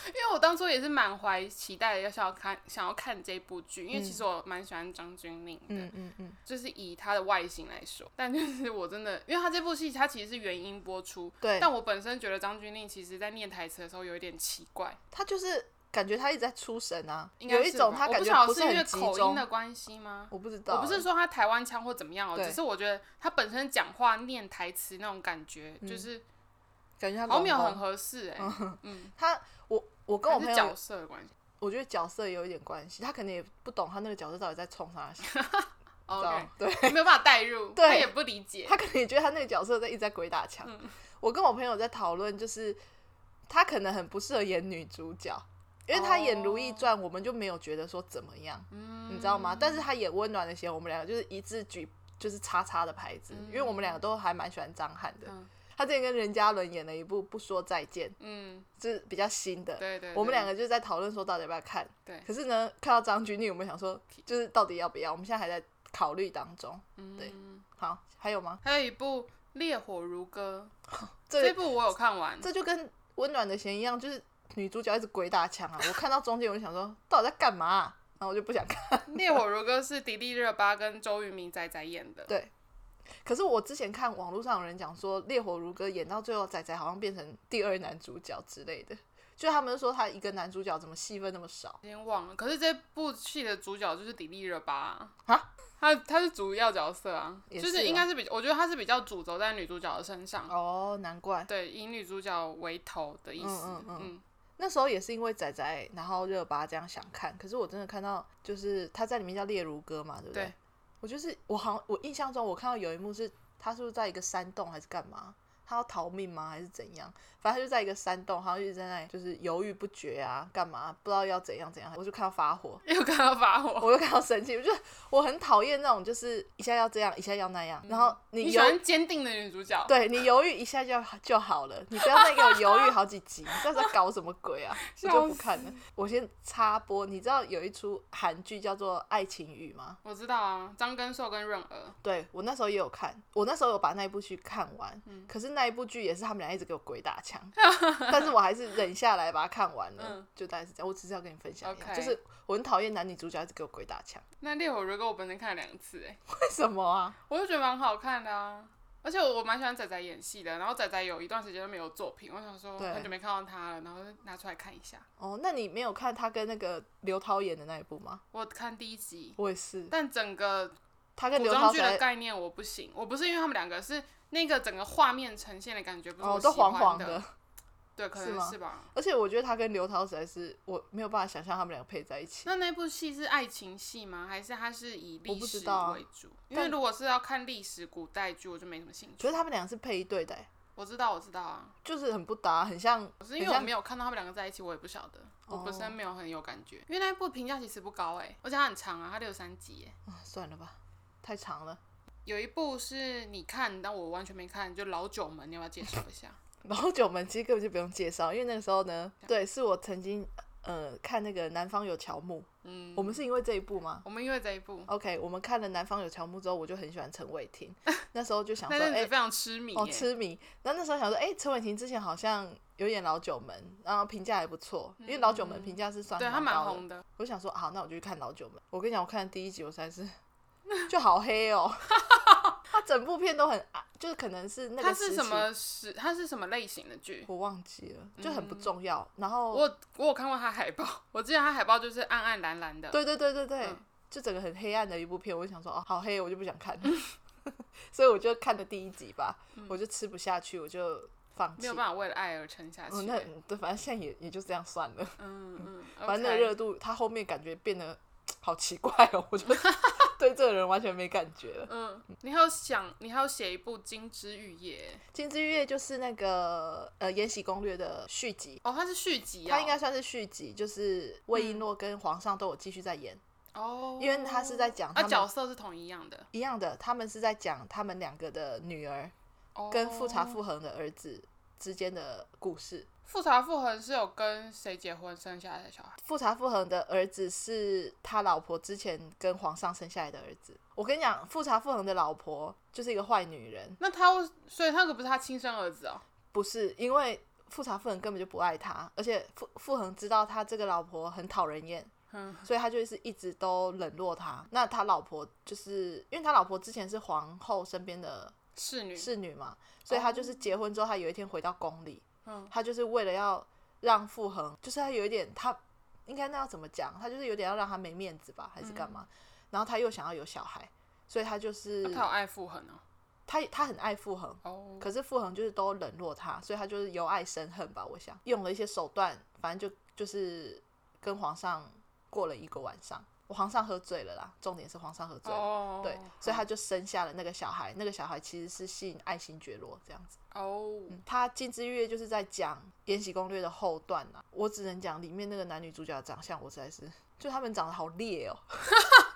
S1: 因为我当初也是满怀期待的，要想要看想要看这部剧，因为
S2: 嗯
S1: 其实我蛮喜欢张钧甯的，
S2: 嗯嗯嗯，
S1: 就是以她的外形来说，但就是我真的，因为她这部戏它其实是原音播出，
S2: 对，
S1: 但我本身觉得张钧甯其实在念台词的时候有一点奇怪，
S2: 他就是感觉他一直在出神啊，
S1: 应该
S2: 有一
S1: 是
S2: 种
S1: 吧
S2: 他
S1: 我
S2: 感
S1: 不
S2: 觉
S1: 晓
S2: 不
S1: 得是因为
S2: 很集
S1: 口音
S2: 中
S1: 的。关系吗？
S2: 我不知道欸，
S1: 我不是说他台湾腔或怎么样哦，
S2: 对
S1: 只是我觉得他本身讲话念台词那种感觉，
S2: 嗯
S1: 就是
S2: 感觉他
S1: 好像没有
S2: 龙
S1: 很
S2: 宫
S1: 合
S2: (laughs)
S1: 适哎、嗯，
S2: 他，我我跟我
S1: 还
S2: 朋
S1: 是
S2: 友
S1: 角，色的关系。
S2: 我觉得角色也有一点关系，他可能也不懂他那个角色到底在冲啥，你知
S1: 哦
S2: 道
S1: OK，
S2: 吗对，
S1: 没有办法代
S2: (laughs)
S1: 入，
S2: 对
S1: 他也不理
S2: (laughs)
S1: 解。
S2: 他可能也觉得他那个角色在一直在鬼打墙。
S1: 嗯
S2: 我跟我朋友在讨论，就是他可能很不适合演女主角，因为他演《如懿
S1: 哦
S2: 传》，我们就没有觉得说怎么样，
S1: 嗯
S2: 你知道吗？但是他演《温暖的鞋》，我们两个就是一致举就是叉叉的牌子，因为我们两个都还蛮喜欢张翰的。
S1: 嗯
S2: 他之前跟任嘉伦演了一部《不说再见》，
S1: 嗯，
S2: 就是比较新的。
S1: 对对，
S2: 我们
S1: 对
S2: 两个就在讨论说到底要不要看。
S1: 对
S2: 可是呢，看到张钧甯，我们想说就是到底要不要？我们现在还在考虑当中。对
S1: 嗯
S2: 好，还有吗？
S1: 还有一部《烈火如歌》，
S2: (laughs) 这
S1: 这部我有看完，
S2: 这就跟《温暖的弦》一样，就是女主角一直鬼打墙啊！我看到中间我就想说，到底在干嘛啊、然后我就不想看。
S1: (laughs) 《烈火如歌》是迪丽热巴跟周渝民仔仔演的。
S2: 对，可是我之前看网络上有人讲说，《烈火如歌》演到最后，仔仔好像变成第二男主角之类的，就他们说他一个男主角怎么戏份那么少？
S1: 已经忘了，可是这部戏的主角就是迪丽热巴啊
S2: 啊，
S1: 她她是主要角色啊，
S2: 也
S1: 就是
S2: 哦
S1: 是应该是比，我觉得她是比较主轴在女主角的身上，啊
S2: 哦，难怪
S1: 对，以女主角为头的意思，
S2: 嗯嗯那时候也是因为仔仔，然后热巴这样想看，可是我真的看到就是他在里面叫《烈如歌》嘛，对不对？
S1: 对
S2: 我就是我好像我印象中我看到有一幕是他是不是在一个山洞还是干嘛？他要逃命吗？还是怎样？反正他就在一个山洞，好像一直在那里就是犹豫不决啊，干嘛不知道要怎样怎样，我就看到发火，
S1: 又看到发火。
S2: 我就看到生气，我就 (laughs) 我很讨厌那种就是一下要这样，一下要那样，然后你
S1: 嗯你喜
S2: 犹
S1: 欢坚定的女主角，
S2: 对你犹豫一下就就好了，你不要再给我犹豫好几集，你这是在搞什么鬼啊？我就不看了。我先插播，你知道有一出韩剧叫做《爱情语》吗？
S1: 我知道啊，张根硕跟润儿，
S2: 对我那时候也有看，我那时候有把那一部剧看完，
S1: 嗯
S2: 可是那一部剧也是他们俩一直给我鬼打墙，
S1: (laughs)
S2: 但是我还是忍下来把它看完了，
S1: 嗯
S2: 就大概是这样。我只是要跟你分享一下
S1: OK
S2: 就是我很讨厌男女主角一直给我鬼打墙，
S1: 那《烈火如歌》我本身看了两次，哎，
S2: 为什么啊？
S1: 我就觉得蛮好看的啊。而且我蛮喜欢仔仔演戏的，然后仔仔有一段时间都没有作品，我想说
S2: 对
S1: 很久没看到他了，然后就拿出来看一下。
S2: 哦，那你没有看他跟那个刘涛演的那一部吗？
S1: 我看第一集，
S2: 我也是，
S1: 但整个
S2: 他跟
S1: 古
S2: 刘涛
S1: 装剧
S2: 在
S1: 的概念我不行，我不是因为他们两个是那个整个画面呈现的感觉不是
S2: 哦，
S1: 我
S2: 都
S1: 喜欢
S2: 黄黄
S1: 的，
S2: 的，
S1: 对，可
S2: 是
S1: 能
S2: 吗
S1: 是吧。
S2: 而且我觉得他跟刘涛实在是我没有办法想象他们两个配在一起。
S1: 那那部戏是爱情戏吗？还是它是以
S2: 我
S1: 历
S2: 不知
S1: 史
S2: 道啊
S1: 为主？因为
S2: 但
S1: 如果是要看历史古代剧，我就没什么兴
S2: 可
S1: 趣。
S2: 是他们俩是配对的欸、
S1: 我知道，我知道啊，
S2: 就是很不搭，很像
S1: 可是因为我没有看到他们两个在一起，我也不晓得。我本身
S2: 哦
S1: 没有很有感觉，因为那一部评价其实不高哎、而且它很长啊，它六三集哎、
S2: 啊，算了吧，太长了。 (laughs)
S1: 有一部是你看，但我完全没看，就《老九门》，你要不要介绍一
S2: (laughs)
S1: 下？
S2: 老九门其实根本就不用介绍，因为那个时候呢，对，是我曾经呃看那个《南方有乔木》，
S1: 嗯，
S2: 我们是因为这一部吗
S1: 我们因为这一部
S2: ？OK，我们看了《南方有乔木》之后，我就很喜欢陈伟
S1: (laughs)
S2: 霆，那时候就想
S1: 那
S2: 说，
S1: 阵
S2: 哎、
S1: 子非常痴迷、
S2: 哦，
S1: 欸
S2: 痴迷。然后那时候想说，哎、陈伟霆之前好像有演《老九门》，然后评价还不错，因为《老九门》评价是
S1: 嗯
S2: 算
S1: 对他蛮
S2: 高的
S1: 红的，
S2: 我想说，好、那我就去看《老九门》。我跟你讲，我看第一集，我实在是 (laughs) 就好黑哦。 (laughs) 他整部片都很暗，就是可能是那
S1: 它
S2: 个
S1: 是
S2: 时
S1: 什
S2: 期
S1: 么时？它是什么类型的剧？
S2: 我忘记了，就很不重要。然后，
S1: 嗯我我有看过它海报，我记得它海报就是暗暗蓝蓝的。
S2: 对对对对对，
S1: 嗯
S2: 就整个很黑暗的一部片，我就想说，哦，好黑，我就不想看。 (laughs) 所以我就看了第一集吧，我就吃不下去，我就放
S1: 嗯没
S2: 弃
S1: 有。办法欸为了爱而撑下去、
S2: 嗯，那对，反正现在也也就这样算了。
S1: 嗯
S2: (laughs)
S1: 嗯，
S2: 反正那个
S1: OK
S2: 热度，它后面感觉变得好奇怪哦，我就 (laughs) 对这个人完全没感觉了。
S1: 嗯，你还有想，你还有写一部《金枝玉叶
S2: 金枝玉叶就是那个呃《延禧攻略》的续集》，
S1: 哦，它是续集啊、
S2: 它应该算是续集，就是魏璎珞跟皇上都有继续在演，
S1: 哦，
S2: 因为它是在讲他
S1: 啊
S2: 们
S1: 角色是同一样的，
S2: 一样的，他们是在讲他们两个的女儿
S1: 哦、
S2: 跟富察傅恒的儿子之间的故事。
S1: 富察傅恒是有跟谁结婚生下来的小孩？
S2: 富察傅恒的儿子是他老婆之前跟皇上生下来的儿子。我跟你讲，富察傅恒的老婆就是一个坏女人，
S1: 那他为所以那个不是他亲生儿子哦，
S2: 不是因为富察傅恒根本就不爱他，而且傅傅恒知道他这个老婆很讨人厌，
S1: 嗯
S2: 所以他就是一直都冷落他。那他老婆就是因为他老婆之前是皇后身边的
S1: 侍女，
S2: 侍女嘛，所以他
S1: 哦
S2: 就是结婚之后，他有一天回到宫里，
S1: 嗯
S2: 他就是为了要让傅恒，就是他有一点他应该那要怎么讲，他就是有点要让他没面子吧，还是
S1: 嗯
S2: 干嘛？然后他又想要有小孩，所以他就是
S1: 那啊他有爱傅恒哦，
S2: 他他很爱傅恒，
S1: 哦，
S2: 可是傅恒就是都冷落他，所以他就是由爱生恨吧。我想用了一些手段，反正就就是跟皇上过了一个晚上。我皇上喝醉了啦，重点是皇上喝醉了，
S1: 哦，
S2: 对，所以他就生下了那个小孩。那个小孩其实是信爱新觉罗这样子。
S1: 哦，
S2: 嗯他《金枝玉叶》就是在讲《延禧攻略》的后段啊。我只能讲里面那个男女主角的长相，我实在是就他们长得好劣哦。 (laughs)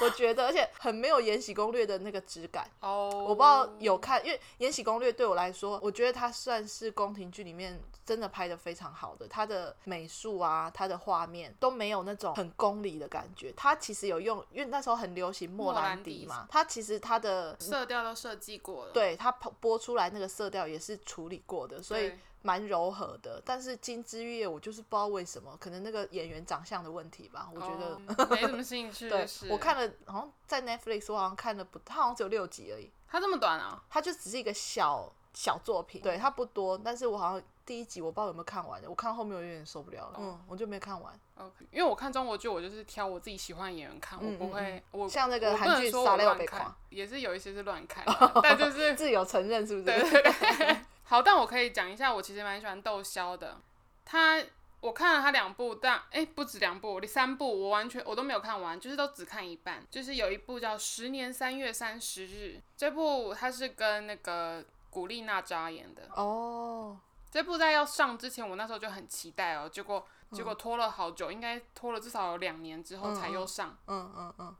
S2: 我觉得，而且很没有《延禧攻略》的那个质感。
S1: 哦，
S2: 我不知道有看，因为《延禧攻略》对我来说，我觉得它算是宫廷剧里面真的拍的非常好的，它的美术啊，它的画面都没有那种很宫里的感觉。它其实有用，因为那时候很流行莫
S1: 莫兰
S2: 兰迪
S1: 迪
S2: 嘛，它其实它的
S1: 色调都设计过了，
S2: 对它播播出来那个色调也是处理过的，所以
S1: 对
S2: 蛮柔和的。但是《金枝玉叶》我就是不知道为什么，可能那个演员长相的问题吧，我觉得。 (laughs)
S1: 哦没什么兴趣，
S2: 对
S1: 就是，
S2: 我看了，好像在 Netflix 我好像看了不，它好像只有六集而已。
S1: 他这么短啊，
S2: 它就只是一个小小作品，对它不多，但是我好像第一集我不知道有没有看完我看后面我有点受不了了，嗯，我就没看完。
S1: OK，因为我看中国剧，我就是挑我自己喜欢的演员看，我不会，我
S2: 嗯像那
S1: 那
S2: 个韩剧《撒
S1: 我
S2: 泪我
S1: 乱
S2: 被
S1: 看
S2: 狂，
S1: 也是有一些是乱看的，但就》，
S2: (laughs)
S1: 是
S2: 自由承认是不
S1: 对
S2: 是？
S1: 对对。好，但我可以讲一下，我其实蛮喜欢窦骁的。他我看了他两部，但哎、不止两部，三部我完全我都没有看完，就是都只看一半。就是有一部叫《十年三月三十日》，这部他是跟那个古力娜扎演的。
S2: (laughs) 哦，
S1: 这部在要上之前，我那时候就很期待哦，结果结果拖了好久，应该拖了至少有两年之后才又上。
S2: 嗯嗯嗯，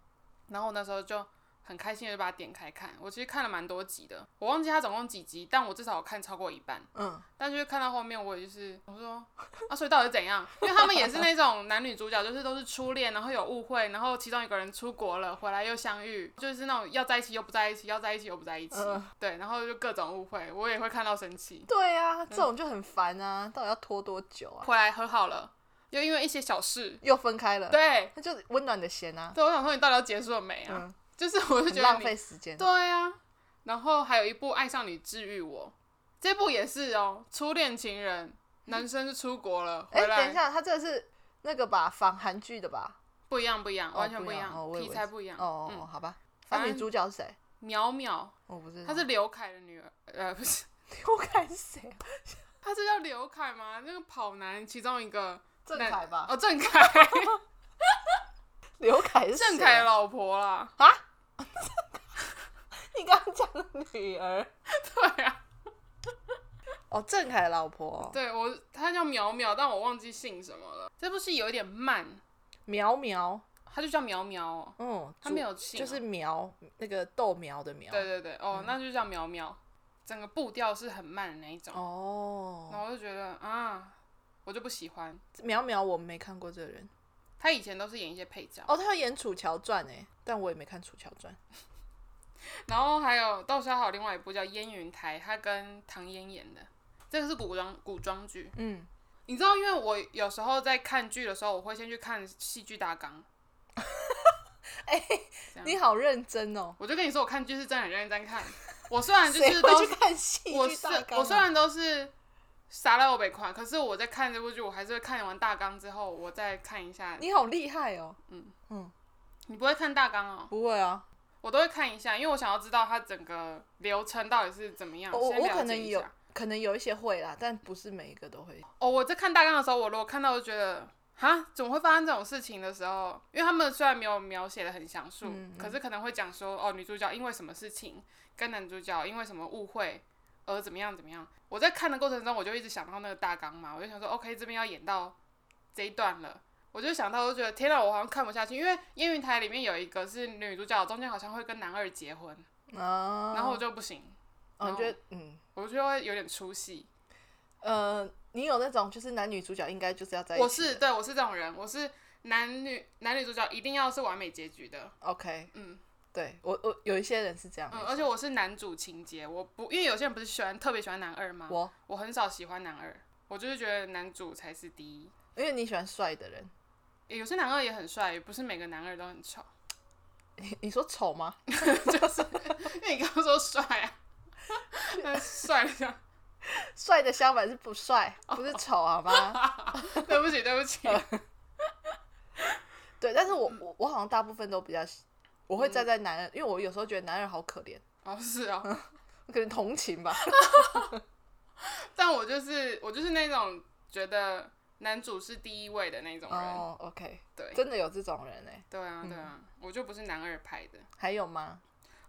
S1: 然后我那时候就很开心的就把它点开看，我其实看了蛮多集的，我忘记它总共几集，但我至少有看超过一半。
S2: 嗯，
S1: 但就是看到后面，我也就是我说啊，所以到底是怎样？因为他们也是那种男女主角，就是都是初恋，然后有误会，然后其中一个人出国了，回来又相遇，就是那种要在一起又不在一起，要在一起又不在一起，
S2: 嗯
S1: 对，然后就各种误会，我也会看到生气。
S2: 对啊，这种就很烦啊，到底要拖多久啊？
S1: 回来和好了，又因为一些小事，
S2: 又分开了，
S1: 对，
S2: 那就是温暖的弦啊，
S1: 对，我想说你到底要结束了没啊？
S2: 嗯，
S1: 就是我就
S2: 很
S1: 觉得
S2: 浪
S1: 你
S2: 费时间。
S1: 对啊，然后还有一部《爱上你治愈我》，这部也是哦，初恋情人，男生是出国了，
S2: 哎，
S1: 回来、
S2: 等一下，他这个是那个吧，仿韩剧的吧？
S1: 不一样，不一样，
S2: 哦
S1: 完全
S2: 不一
S1: 一
S2: 样哦我以
S1: 题
S2: 为
S1: 材
S2: 是
S1: 不一样。
S2: 哦，
S1: 嗯
S2: 哦好吧。
S1: 反
S2: 那女
S1: 正
S2: 主角是谁？
S1: 淼淼，
S2: 我不知
S1: (laughs)
S2: 道。
S1: 她是刘凯的女儿，呃，不是，
S2: 我看谁啊？
S1: 他是叫刘凯吗？那个跑男其中一个
S2: 郑
S1: 那
S2: 恺吧？
S1: 哦，郑凯，
S2: 刘恺 (laughs) 是谁啊
S1: 郑凯的老婆啦。
S2: 啊？你刚刚讲的女儿
S1: (laughs) 对啊，
S2: 哦，郑恺老婆哦
S1: 对我他叫淼淼，但我忘记姓什么了。这部戏有一点慢，
S2: 苗苗，
S1: 他就叫淼淼哦，
S2: 嗯，
S1: 他
S2: 主
S1: 没有姓哦、
S2: 就是苗那个豆苗的苗，
S1: 对对对，哦，
S2: 嗯
S1: 那就叫淼淼。整个步调是很慢的那一种，然
S2: 哦，
S1: 后我就觉得啊，我就不喜欢。
S2: 苗苗我没看过这个人
S1: 他以前都是演一些配角，
S2: 哦，他要演《楚乔传》哎，但我也没看《楚乔传》
S1: 然后还有《窦骁好》另外一部叫《烟云台》，他跟唐嫣演的，这个是古装古装剧。
S2: 嗯，
S1: 你知道，因为我有时候在看剧的时候，我会先去看戏剧大纲。哎、
S2: 你好认真哦，
S1: 我就跟你说，我看剧是真的很认真看。
S2: (laughs)
S1: 我虽然就
S2: 谁
S1: 是都
S2: 会去看戏
S1: 我
S2: 剧
S1: 是
S2: 大纲
S1: 我
S2: 啊
S1: 虽然都是傻到我北款，可是我在看这部剧，我还是会看完大纲之后，我再看一下。
S2: 你好厉害哦，
S1: 嗯
S2: 嗯，
S1: 你不会看大纲哦，
S2: 不会啊，
S1: 我都会看一下，因为我想要知道它整个流程到底是怎么样。
S2: 我
S1: 先
S2: 我
S1: 了
S2: 可
S1: 解
S2: 能
S1: 一
S2: 有
S1: 下
S2: 可能有一些会啦，但不是每一个都会，
S1: 哦，我在看大纲的时候，我如果看到我就觉得哈，怎么会发生这种事情的时候，因为他们虽然没有描写的很详述，
S2: 嗯嗯
S1: 可是可能会讲说哦，女主角因为什么事情跟男主角因为什么误会而怎么样怎么样。我在看的过程中，我就一直想到那个大纲嘛，我就想说 OK，这边要演到这一段了。我就想到，我就觉得天哪，我好像看不下去，因为《烟云台》里面有一个是女主角中间好像会跟男二结婚，
S2: 啊，
S1: 然后我就不行，
S2: 哦
S1: 然
S2: 你
S1: 后
S2: 觉得嗯。
S1: 我就会有点出戏。
S2: 呃，你有那种就是男女主角应该就是要在一起的，
S1: 我是对我是这种人，我是男女男女主角一定要是完美结局的，
S2: OK，
S1: 嗯
S2: 对我我有一些人是这样，
S1: 嗯，
S2: 啊没
S1: 而且
S2: 错
S1: 我是男主情节，我不因为有些人不是喜欢特别喜欢男二吗？
S2: 我
S1: 我很少喜欢男二，我就是觉得男主才是第一。
S2: 因为你喜欢帅的人， (laughs)
S1: 欸有些男二也很帅，不是每个男二都很丑， (laughs)
S2: 你你说丑吗？
S1: 因为你刚刚说帅啊，那帅了一下，
S2: 帅的相反是不帅，
S1: 哦
S2: 不是丑
S1: (laughs)
S2: 好吗？
S1: 对不起对不
S2: (laughs)
S1: 起，
S2: 对，但是我我我好像大部分都比较喜，我会站在
S1: 嗯
S2: 男人，因为我有时候觉得男人好可怜，
S1: 哦是哦，
S2: 可能同情吧。
S1: 但我就是我就是那种觉得男主是第一位的那种人，
S2: 哦，OK，
S1: 对
S2: 真的有这种人哎、
S1: 对啊对啊，我就不是男二派的。
S2: 还有吗？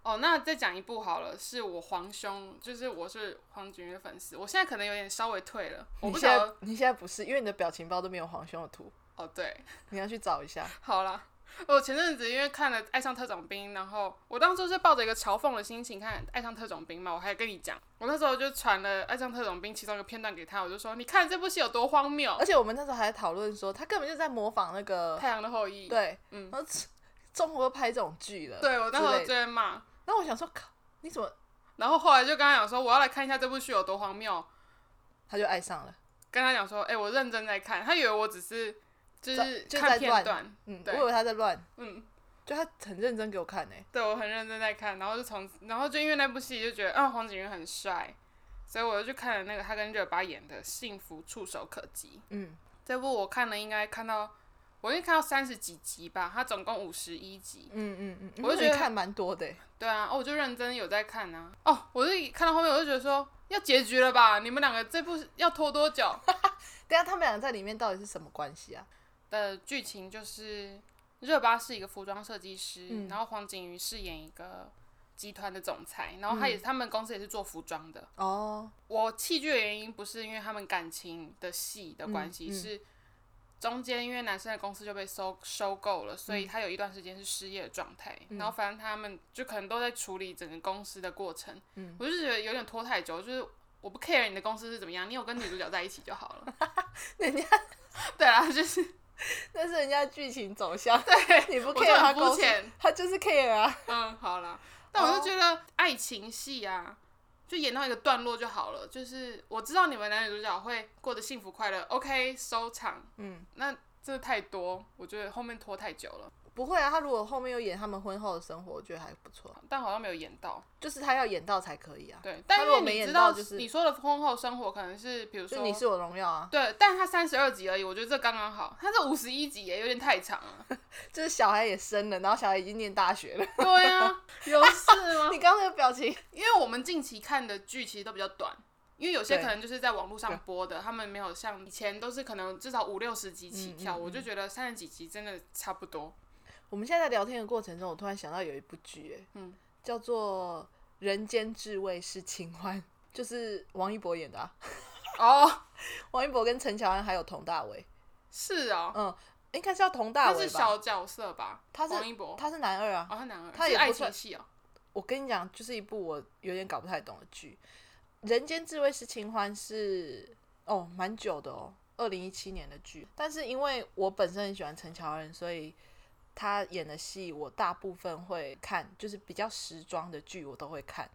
S1: 哦，那再讲一部好了，是我皇兄，就是我是黄景瑜的粉丝，我现在可能有点稍微退了，我
S2: 你
S1: 不
S2: 现
S1: 晓
S2: 在
S1: 得。
S2: 你现在不是，因为你的表情包都没有黄兄的图，
S1: 哦，对，
S2: 你要去找一下。
S1: 好啦，我前阵子因为看了《爱上特种兵》，然后我当初是抱着一个嘲讽的心情看《爱上特种兵》嘛，我还跟你讲，我那时候就传了《爱上特种兵》其中一个片段给他，我就说你看这部戏有多荒谬，
S2: 而且我们那时候还在讨论说，他根本就在模仿那
S1: 《
S2: 个
S1: 太阳的后裔》。
S2: 对，
S1: 嗯
S2: 然后中中国拍这种剧了，
S1: 对我那时
S2: 之
S1: 候
S2: 类
S1: 就
S2: 的
S1: 在骂，
S2: 然后我想说，靠，你怎么
S1: 然后后来就跟他讲说我要来看一下这部剧有多荒谬，
S2: 他就爱上了？
S1: 跟他讲说，哎、我认真在看，他以为我只是就
S2: 在
S1: 是
S2: 就
S1: 看
S2: 在
S1: 片
S2: 乱
S1: 段，
S2: 嗯，我
S1: 对
S2: 以为他在乱，
S1: 嗯。
S2: 就他很认真给我看呢、
S1: 对我很认真在看，然后就从然后就因为那部戏就觉得，啊，黄景瑜很帅，所以我就去看了那个他跟热巴演的《幸福触手可及》
S2: 嗯，
S1: 这部，我看了应该看到我应该看到三十几集吧，它总共五十一集。
S2: 嗯嗯嗯，
S1: 我就
S2: 嗯
S1: 觉得
S2: 你看蛮多的欸、
S1: 对啊，哦，我就认真有在看啊。哦，我是看到后面我就觉得说要结局了吧，你们两个这部要拖多久？
S2: 等一下他们俩在里面到底是什么关系啊？
S1: 的剧情就是热巴是一个服装设计师，
S2: 嗯
S1: 然后黄景瑜饰演一个集团的总裁，然后他也、他们公司也是做服装的。
S2: 哦，
S1: 我弃剧的原因不是因为他们感情的戏的关系，
S2: 嗯嗯
S1: 是中间因为男生的公司就被收收购了，所以他有一段时间是失业的状态。
S2: 嗯
S1: 然后反正他们就可能都在处理整个公司的过程，
S2: 嗯
S1: 我就觉得有点拖太久，就是。我不 care 你的公司是怎么样，你有跟女主角在一起就好了。
S2: (laughs)
S1: (laughs)
S2: 人家
S1: 对啊，就是
S2: 那是人家剧情走向，
S1: 对，
S2: 你不
S1: 我就
S2: care 他
S1: 很
S2: 公
S1: 肤
S2: 司，
S1: 浅。
S2: 他就是 care 啊。
S1: 嗯，好啦，但我就
S2: 哦
S1: 觉得爱情戏啊，就演到一个段落就好了。就是我知道你们男女主角会过得幸福快乐，OK，收场。
S2: 嗯，
S1: 那这太多，我觉得后面拖太久了，
S2: 不会啊，他如果后面又演他们婚后的生活，我觉得还不错，
S1: 但好像没有演到。
S2: 就是他要演到才可以啊。
S1: 对，
S2: 他
S1: 但
S2: 如果
S1: 因为
S2: 没
S1: 你
S2: 演
S1: 知道，
S2: 到就是
S1: 你说的婚后生活可能是，比如
S2: 就
S1: 说，
S2: 你是我荣耀啊，
S1: 对，但他三十二集而已，我觉得这刚刚好。他这五十一集也有点太长
S2: (laughs)
S1: 了。
S2: 就是小孩也生了，然后小孩已经念大学了。
S1: 对啊，有事吗？
S2: 你刚刚那个表情，
S1: 因为我们近期看的剧其实都比较短，因为有些
S2: 对
S1: 可能就是在网络上
S2: 对
S1: 播的，他们没有像以前都是可能至少五六十集起
S2: 嗯
S1: 跳，
S2: 嗯
S1: 我就觉得三十几集真的差不多。
S2: 我们现在在聊天的过程中，我突然想到有一部剧，哎，
S1: 嗯，
S2: 叫做《人间至味是清欢》，就是王一博演的啊， (laughs)
S1: 哦，
S2: 王一博跟陈乔恩还有佟大为，
S1: 是哦，
S2: 嗯，应该是叫佟大
S1: 他
S2: 为吧？
S1: 是小角色吧？
S2: 他是
S1: 王一博，
S2: 他是男二啊。
S1: 哦，他男二，
S2: 他
S1: 是
S2: 也不
S1: 爱情
S2: 算
S1: 戏哦。
S2: 我跟你讲，就是一部我有点搞不太懂的剧，《人间至味是清欢》是哦，蛮久的哦，二零一七年的剧。但是因为我本身很喜欢陈乔恩，所以他演的戏我大部分会看，就是比较时装的剧我都会看。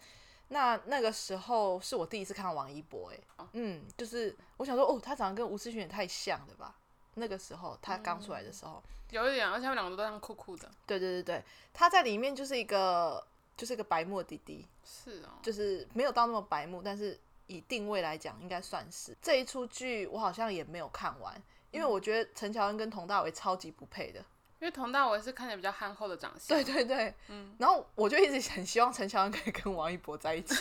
S2: 那那个时候是我第一次看王一博，哎，嗯，就是我想说，哦，他长得跟吴世勋也太像了吧？那个时候他刚出来的时候，
S1: 有一点，而且他们两个都这样酷酷的。
S2: 对对对对，他在里面就是一个就是一个白目的弟弟，
S1: 是哦，
S2: 就是没有到那么白目，但是以定位来讲，应该算是这一出剧，我好像也没有看完，因为我觉得陈乔恩跟佟大为超级不配的。
S1: 因为佟大为是看起来比较憨厚的长相，
S2: 对对对，嗯。然后我就一直很希望陈乔恩可以跟王一博在一起，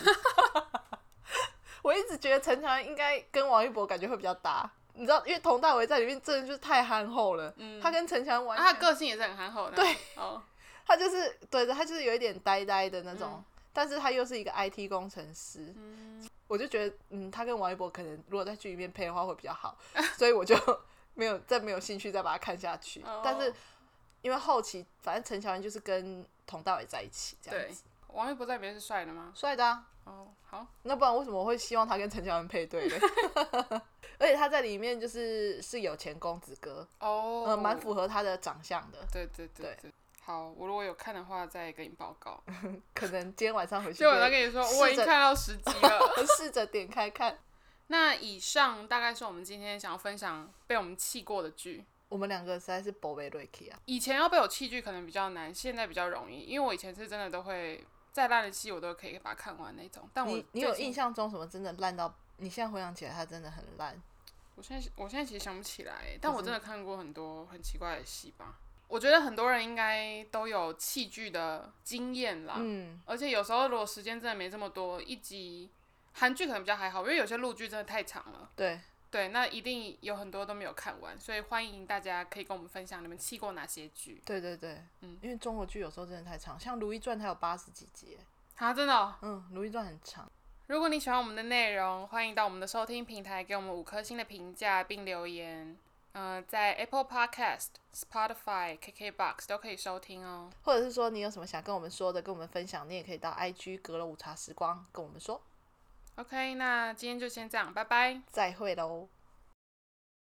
S2: 我一直觉得陈乔恩应该跟王一博感觉会比较搭，你知道，因为佟大为在里面真的就是太憨厚了，
S1: 嗯
S2: 他跟陈乔恩完
S1: 啊，
S2: 全、
S1: 他个性也是很憨厚的。
S2: 对，
S1: 哦，
S2: 他就是对他就是有一点呆呆的那种，
S1: 嗯
S2: 但是他又是一个 IT 工程师，我就觉得嗯，他跟王一博可能如果在剧里面配的话会比
S1: (laughs)
S2: 较好，所以我就没有再没有兴趣再把它看下去。
S1: 哦
S2: 但是因为后期反正陈乔恩就是跟佟大为在一起这样
S1: 对
S2: 子，，
S1: 王一博在里面是帅的吗？
S2: 帅的啊，
S1: 哦，好，
S2: 那不然为什么我会希望他跟陈乔恩配
S1: (laughs)
S2: 对呢？而且他在里面就是是有钱公子哥，
S1: 哦，
S2: 呃，蛮符合他的长相的。
S1: 对对对对。好，我如果有看的话，再跟你报告。
S2: 可能今天晚上回去
S1: 所以我再
S2: 可以
S1: 跟你说，
S2: 试着
S1: 我已经看到十集了。 (laughs)
S2: 试着点开看。
S1: 那以上大概是我们今天想要分享被我们气过的剧。
S2: 我们两个实在是宝贝瑞奇啊，
S1: 以前要被我弃剧可能比较难，现在比较容易，因为我以前是真的都会再烂的戏我都可以把它看完那种。但我
S2: 你你有
S1: 最近
S2: 印？象中什么真的烂到？你现在回想起来，它真的很烂。
S1: 我现在我现在其实想不起来，但我真的看过很多很奇怪的戏吧。我觉得很多人应该都有弃剧的经验啦，
S2: 嗯，
S1: 而且有时候如果时间真的没这么多，一集韩剧可能比较还好，因为有些陆剧真的太长了。
S2: 对，
S1: 对，那一定有很多都没有看完，所以欢迎大家可以跟我们分享你们弃过哪些剧。
S2: 对对对，
S1: 嗯
S2: 因为中国剧有时候真的太长，像《如懿传》它有八十几集耶，
S1: 啊，真的、哦，
S2: 嗯，《如懿传》很长。
S1: 如果你喜欢我们的内容，欢迎到我们的收听平台给我们五颗星的评价并留言。呃，在 Apple Podcast、Spotify、KKBox 都可以收听哦。
S2: 或者是说你有什么想跟我们说的，跟我们分享，你也可以到 IG 阁楼午茶时光跟我们说。
S1: OK，那今天就先这样，拜拜。
S2: 再会喽。